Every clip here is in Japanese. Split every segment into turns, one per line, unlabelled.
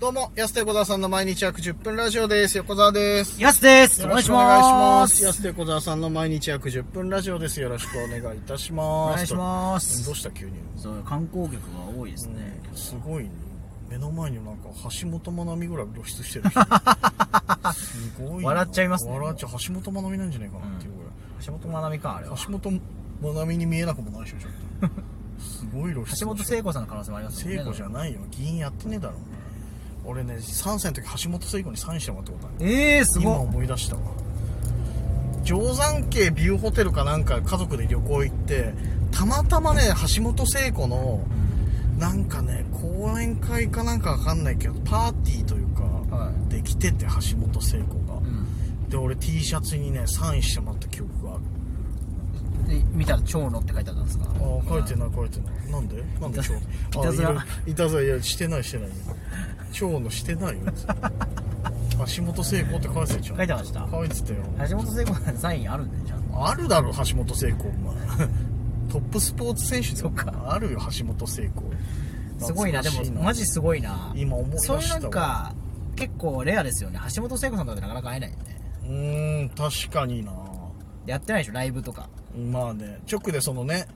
どうも、安手小沢さんの毎日約10分ラジオです。横澤です。
やすです。お
よ
願
ろ
い
し
し
くお願いしま。
ますす。
安手小沢さんの毎日約10分ラジオです。よろしくお願いいたし
お
ます。
願いしま
ど
す
う。した急に。
そう観光客が多いですね。
すごいね。目の前になんか橋本まなみぐらい露出 してる人。すごいな。
笑っちゃいますね
笑っちゃう。橋本まなみなんじゃないかなっていうぐらい。
橋本まなみか、あれは。
橋本まなみに見えなくもないでしょ、ちょっと。すごい露出して
橋
る。
本聖子さんの可能性もありますよね。
聖子じゃないよ。議員やってねえだろ。俺ね、3歳の時橋本聖子にサインしてもらったことある。
ええー、す
今
ご
思い出したわ定山渓ビューホテルかなんか家族で旅行行ってたまたまね橋本聖子のなんかね講演会かなんかわかんないけどパーティーというか、
はい
で来てて橋本聖子が、
い。うん。
で俺 T シャツにねサインしてもらった記憶がある
で、見たら、蝶野って書いてあったんですか
ああ書いてない書いてないなんでなんで
いた
蝶野
いたずら
あいるいたずらいやしてないしてない蝶野して ないよ別に橋本聖子って書いてたじゃん
書いてました
書いてたよ
橋本聖子さんのサインあるんで、ちゃんと。
あるだろ橋本聖子お 前トップスポーツ選手だよ
そっか
あるよ橋本聖子
すごいな、でも、
懐か
マ
し
ジすごいな。
今思い出した
そう
わ
いうなんか、結構レアですよね。橋本聖子さんだってなかなか会えないよね。
うーん確かにな
やってないでしょ、ライブとか。
まあね直でそのね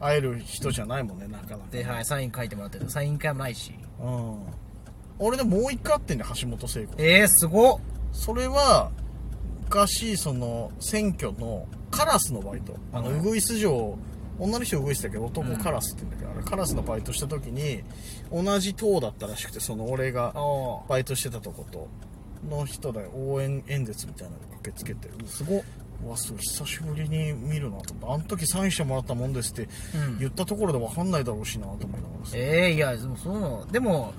会える人じゃないもんねなかなか
で、はい、サイン書いてもらってるサイン会もないし。
うん俺でもう一回会ってんね橋本聖子
ええー、すごっ
それは昔その選挙のカラスのバイトあの
はい
ウグイス嬢女の人ウグイスだけど男カラスって言うんだけど、あれカラスのバイトした時に同じ党だったらしくてその俺が
お
バイトしてたとことの人で応援演説みたいなの駆けつけて
すごっ
うわすごい久しぶりに見るなと思ってあの時サインしてもらったもんですって
うん
言ったところで分かんないだろうしなと思いながらさ
ええいやでもそうのでも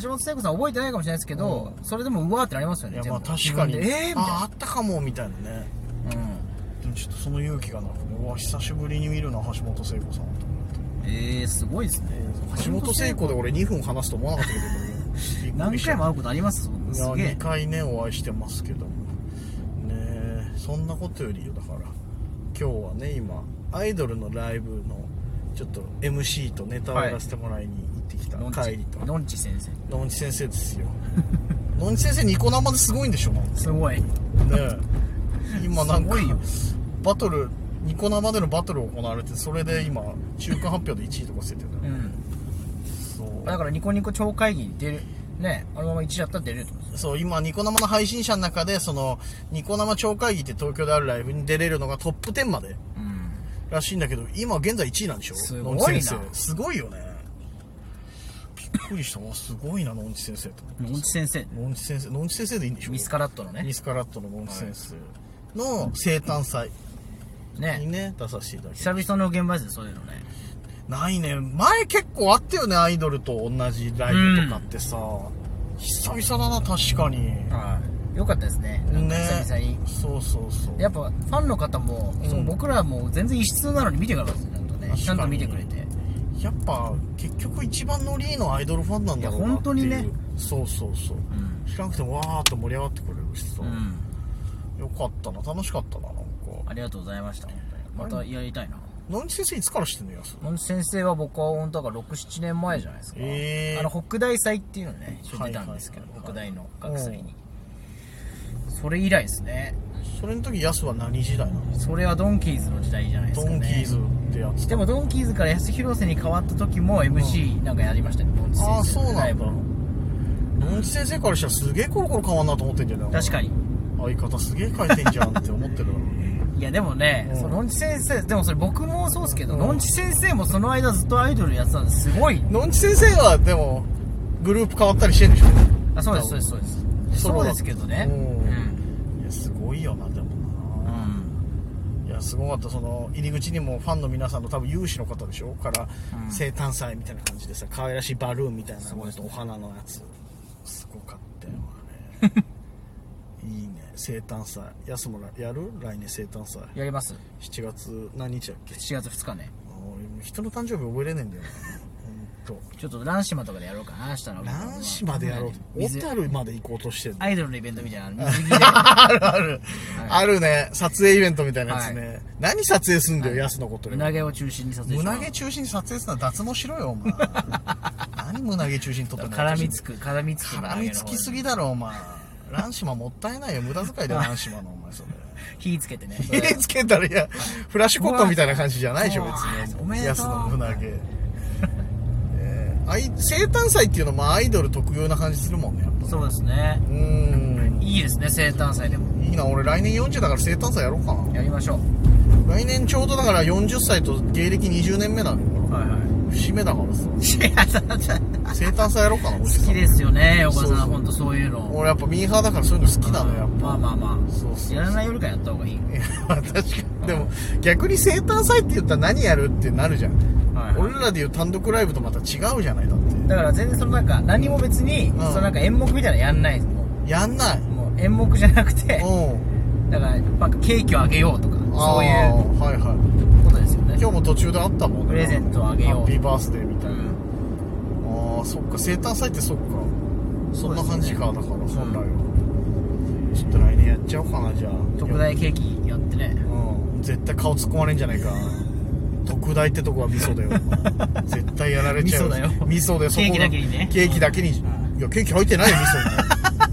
橋本聖子さん覚えてないかもしれないですけど、それでもうわーってなりますよ
い
ね
や
全
ま
部
あ確かに、
自分でええみたい
ああったかもみたいなね
な、
でもちょっとその勇気がなくてうわ久しぶりに見るな橋本聖子さんと思って
うん、ええすごいですね
橋本聖子で俺2分話すと思わなかったけど
何回も会うことありますす
いや
げ
2
え
回ねお会いしてますけどもねえそんなことよりよだから今日はね今アイドルのライブのちょっと MC とネタをやらせてもらいに行ってきた、
のん
帰り
ち
と
のんち先生
野内先生ですよ 野内先生ニコ生ですごいんでしょなんか
すごい
ね え今なんか
すごいよ
バトルニコ生でのバトル行われてそれで今中間発表で1位とかしてたよ
う
ね
ん
そう
だからニコニコ超会議に出るねあのまま1位だったら出れると思うんで
そう今ニコ生の配信者の中でそのニコ生超会議って東京であるライブに出れるのがトップ10まです
ようん
らしいんだけど今現在1位なんでしょ
すごいな
野内先生すごいよねびっくりしたわすごいな野内先生と思って
のんち先生
野内先生野内先生でいいんでしょ
ミスカラットのね
ミスカラットの野内先生の生誕祭に
ね
ね出させていただき
久々の現場ですねそういうのね
ないね前結構あったよねアイドルと同じライブとかってさ、久々だな確かに
はいよかったですねなんか久々に
ねそうそうそう
やっぱファンの方も、
うん
そう僕らも全然異質なのに見てくれたんですよ、ちゃんと
確か
ね。
に
ちゃんと見てくれて。
やっぱ結局一番のリーのアイドルファンなんだろうなっていう
いや本当にね
そうそうそう
うん。
知らなくてもわーっと盛り上がってくれるしさ、
うん。
よかったな楽しかったななんか
ありがとうございました、本当に。またやりたいな。
野口先生いつからしてんのやす
野口先生は僕は本当だから6、7年前じゃないですか。
えー
あの、北大祭っていうのにね、一緒に出たんですけど、
はいはいはい
北大の学祭に。それ以来ですね。
それの時やすは何時代なの
それはドンキーズの時代じゃないです
ド
かね。
ンキーズってやつ
でもドンキーズから安広瀬に変わった時も MC なんかやりましたね、野口
ああ
先
そう
生のラ
な
イ
ん
ブ
だ野口先生からしたらすげえコロコロ変わんなと思ってんじゃない
確かに。
相方すげえ書いてんじゃんって思ってるだろうね
いやでもね、
うん
そののんち先生でもそれ僕もそうですけど、
うん
のんち先生もその間ずっとアイドルやってたんですごい
野口先生はでもグループ変わったりしてんでしょ
あそうですそうですそうです
ソロ
そう
だ
ですけどね
う
うんん、
いやすごいよなでも
う
な、
ん、
いやすごかったその入り口にもファンの皆さんの多分有志の方でしょから、
うん
生誕祭みたいな感じでさ可愛らしいバルーンみたいな
すごいです
お花のやつすごかったよあれ いいね生誕祭やすもらやる来年生誕祭
やります
7月何日だっけ
7月2日ね
俺もう人の誕生日覚えれねえんだよなほんと
ちょっと蘭島とかでやろうかな明日の
何時までやろう小
水
樽まで行こうとしてんの
アイドルのイベントみたいな水着で
あるある、あるね撮影イベントみたいなやつね、何撮影すんだよ、
はい
ヤスのことで
胸毛を中心に撮影し
胸
た
毛中心に撮影するのは脱毛しろよお前な何胸毛中心に取ったの
絡みつく絡みつく
絡みつきすぎだろお前ランシマもったいないよ無駄遣いだよランシマのお前そ れ
火つけてね
火つけたらいやフラッシュコットンみたいな感じじゃないでしょ
うわ
別
おめ
にや
でとう
すの胸毛えーあい生誕祭っていうのもアイドル特有な感じするもんねやっぱ
そうですね
うーん
いいですね生誕祭でも
いいな俺来年40だから生誕祭やろうかな
やりましょ
来年ちょうどだから40歳と芸歴20年目なのよ
うはいはい
節目だから さ
いやだだ
生誕祭やろうかな好
好きですよね横
そう
田
そ
さ
うん
本当そういうの
俺やっぱミーハーだからそういうの好きなのよやっぱ
まあまあまあ
そうそう
やらないよりかやった方がいい
いや確かにでも逆に生誕祭って言ったら何やるってなるじゃん、
はいはい
俺らでいう単独ライブとまた違うじゃないだっ
だから全然そのなんか何も別に、
ん
そのなんか演目みたいなのやんないも
てやんないう
もう演目じゃなくて
うん
だからなんかケーキをあげようとか
あ
そう
ー
いう
はいはい
ことですよね
今日も途中であったもんね
プレゼントをあげよう
ハッピーバースデーみた
う
いな、あ
ん
あそっか生誕祭ってそっかそんな感じかだから本来は、ちょっと来年やっちゃおうかなじゃあ
特大ケーキやってね
うん絶対顔突っ込まれんじゃない か特大ってとこは味噌だよ絶対やられちゃう
味噌だよ
味噌でそこが
ケーキだけにね
ケーキだけに、いやケーキ入ってないよ味 噌に
だか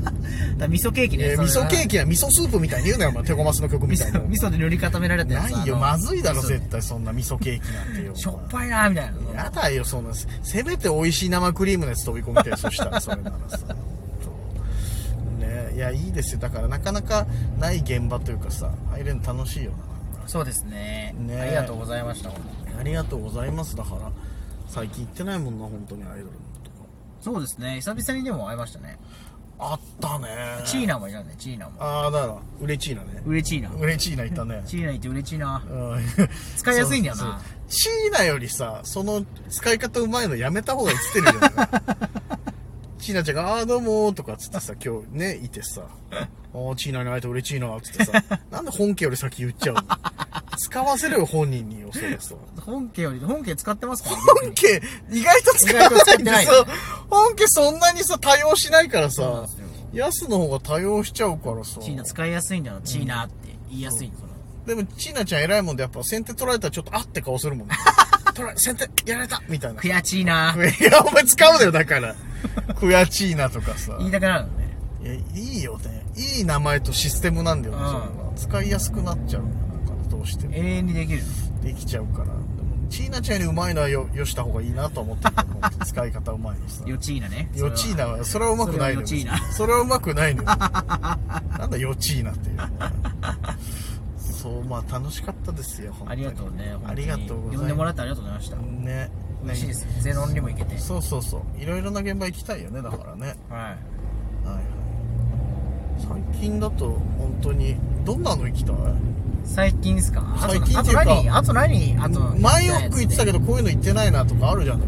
ら味噌ケーキね、
えー味噌ケー
キ
キや味噌スープみたいに言うなよお前手こますの曲み
味
たいな
噌 味噌で塗り固められたやつ
ないよ
あの
まずいだろ
味噌で
絶対そんな味噌ケーキなんてよ
しょっぱいなみたいな
やだよそんなせせめて美味しい生クリームのやつ飛び込みたいそしたらそれならさほんとねいやいいですよだからなかなかない現場というかさ入れるの楽しいよな
そうですね
ね
ありがとうございました
ありがとうございますだから最近行ってないもんな本当にアイドルのとか
そうですね久々にでも会いましたね
あったね
チーナもいたねチーナも
ああだからうれチーナね
うれチーナ
うれチーナいたね
チーナいてうれチーナ
うん
使いやすいんだよな
そうそうチーナよりさその使い方うまいのやめた方が映ってる じゃないチーナちゃんが「ああどうも」とかっつってさ今日ねいてさ「ああチーナに会えてうれチーナ」っつっ てさなんで本家より先言っちゃうの使わせるよ本人によそれさ
本家より本家使ってますからね
本家、意外と使わないんで
意外と使
さ、本家そんなにさ、多用しないから
そうな
さ
んですよ、
ヤスの方が多用しちゃうからさ。
チーナ使いやすいんだよチーナって言いやすいんだよ
でも、チーナちゃん偉いもんで、やっぱ先手取られたらちょっとあって顔するもんね。取られ、先手、やられたみたいな。い
悔しいな
や、お前使うだよ、だから。クヤチーナとかさ。
言いたくなるのね
いや、いいよね。いい名前とシステムなんだよね、
うん
それは。使いやすくなっちゃう。なんかどうしても
永。遠にできる
できちゃうから。でもチーナちゃんよりうまいのはよ、よした方がいいなと思っ てるけど使い方うまいのさ。
よチーナね
よチーナは、それはうまくないのよ。
それはよちいな
それはうまくないのよ。なんだよチーナっていうのは。そう、まあ楽しかったですよ、本当
あ
に
りがとうね
ありがとうございます。
呼んでもらってありがとうございました
ね。
嬉しいですゼノンにも行けて
そうそうそう。いろいろな現場行きたいよね、だからね。
はい
はいはい。最近だと、本当に、どんなの行きたい
最近ですかあと
最近
あ
ってい
と
うか
何あと何あと
前よく行ってた
け
けど、こういうの行ってないなとかあるじゃん。
ど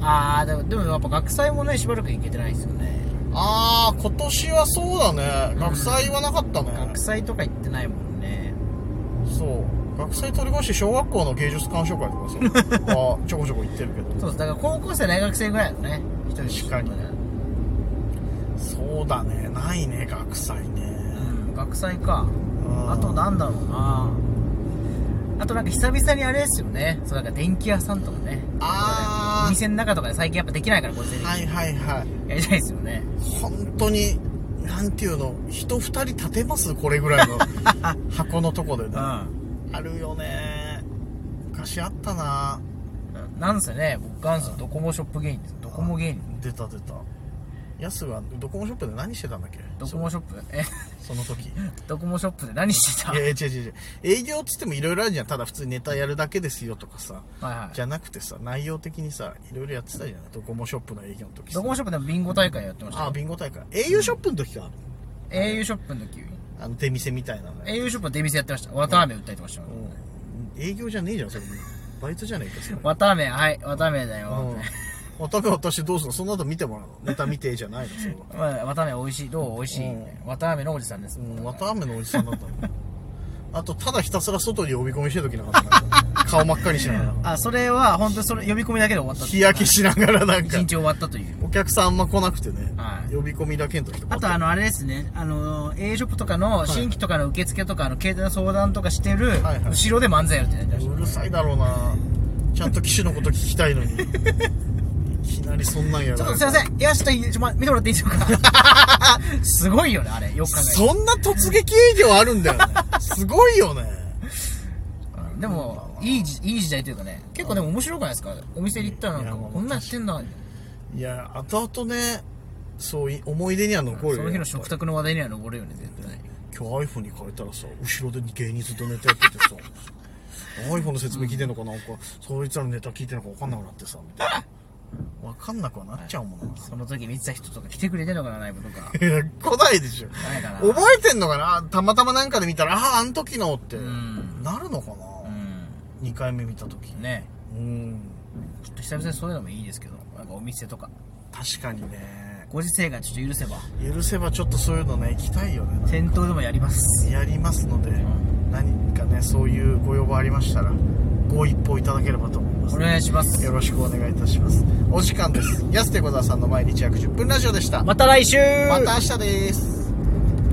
ああでもでもやっぱ学祭もねしばらく行けてないですよね
あー、今年はそうだね。
ん
学祭はなかったね。
学祭とか行ってないもんね
そう学祭取り越して小学校の芸術鑑賞会 とかさあーちょこちょこ行ってるけど
そうですだから高校生大学生ぐらいのね人に
確かにそうだねないね学祭
う
ね
ん学祭か
うん
あとなんだろうなあとなんか久々にあれですよねそうなんか電気屋さんとかね
あー
お店の中とかで最近やっぱできないからこれ全
はいはいはい
やりたいですよね
本当になんていうの人二人立てますこれぐらい の箱のとこでね、あ
ん
るよね昔あったな
なんせね僕元祖ドコモショップ芸人ですドコモ芸人
出た出たやすはドコモショップで何してたんだっけ
ドコモショップえ
その時
ドコモショップで何してた
いやいや違う違う違う営業っつってもいろいろあるじゃんただ普通にネタやるだけですよとかさ
はいはい
じゃなくてさ内容的にさいろいろやってたじゃないドコモショップの営業の時さ
ドコモショップでもビンゴ大会やってました
あ
よ
あビンゴ大会 au ショップの時か
au ショップの時
あの出店みたいなのね、
au ショップで出店やってました綿あめ売ったりとかしてました
うん、営業じゃねえじゃんそれバイトじゃねえかそれ
綿あめはい綿あめだよ
うんおため渡してどうするのその後見てもらうのネタ見てじゃないのそれは
まあ綿あめ美味しいどう美味しい
うん
綿あめのおじさんです
うん、綿あめのおじさんだったのあとただひたすら外に呼び込みしてる時なかった顔真っ赤にしながら
あそれは本当にそれ呼び込みだけで終わった
日焼けしながらなん
一
か
日終わったという
お客さんあんま来なくてね、
はい
呼び込みだけの時とか
あとあのあれですねあの A ショップとかの新規とかの受付とかあの携帯の相談とかしてる
はいはい
後ろで漫才やるってやってました
うるさいだろうなちゃんと機種のこと聞きたいのにきなりそんなんやら
ちょっ
れ
と
た
すいません。いや、ちょっといい、ちょっとま見てもらっていいでしょうか。 すごいよね、あれ。よく考えたら
そんな突撃営業あるんだよね。すごいよね。
でも、いいじ、いい時代というかね。結構でも面白くないですかお店に行ったらなんか、
いやまあ
こんなんやってんだ。
いや、後々ね、そうい、思い出には残る
そ
よ。
の日の食卓の話題には残るよね、絶対。
今日 iPhone に変えたらさ、後ろで芸人ずっとネタやっててさ、iPhone の説明聞いてんのかな、なんか、そいつらのネタ聞いてんのか分かんなくなってさ、みた いな。分かんなくはなっちゃうもんな。
その時見てた人とか来てくれてんのかな、ライブとか。
いや、 来ないでしょ。
ないかな。
覚えてんのかなたまたまなんかで見たら、ああ、あの時のって、
ん
なるのかな、
う
二 ?2 回目見た時
ん。ね
うん。
ちょっと久々にそういうのもいいですけど、なんかお店とか。
確かにね。
ご時世がちょっと許せば、
許せばちょっとそういうのね行きたいよね
店頭でもやります。
やりますので、何かねそういうご要望ありましたらご一報いただければと思います
お願いします
よ。ろしくお願いいたしますお時間です安手小沢さんの毎日約10分ラジオでしたま
また来週
た明日です